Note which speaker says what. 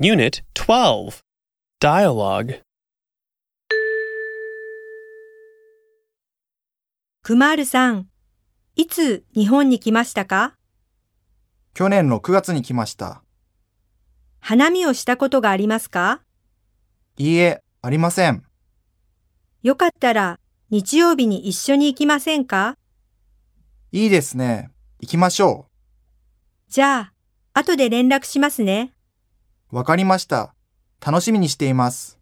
Speaker 1: Unit 12 Dialogue
Speaker 2: クマールさん、いつ日本に来ましたか
Speaker 3: 去年の9月に来ました。
Speaker 2: 花見をしたことがありますか
Speaker 3: いいえ、ありません。
Speaker 2: よかったら日曜日に一緒に行きませんか
Speaker 3: いいですね。行きましょ
Speaker 2: じゃあ、後で連絡しますね。
Speaker 3: う。わかりました。楽しみにしています。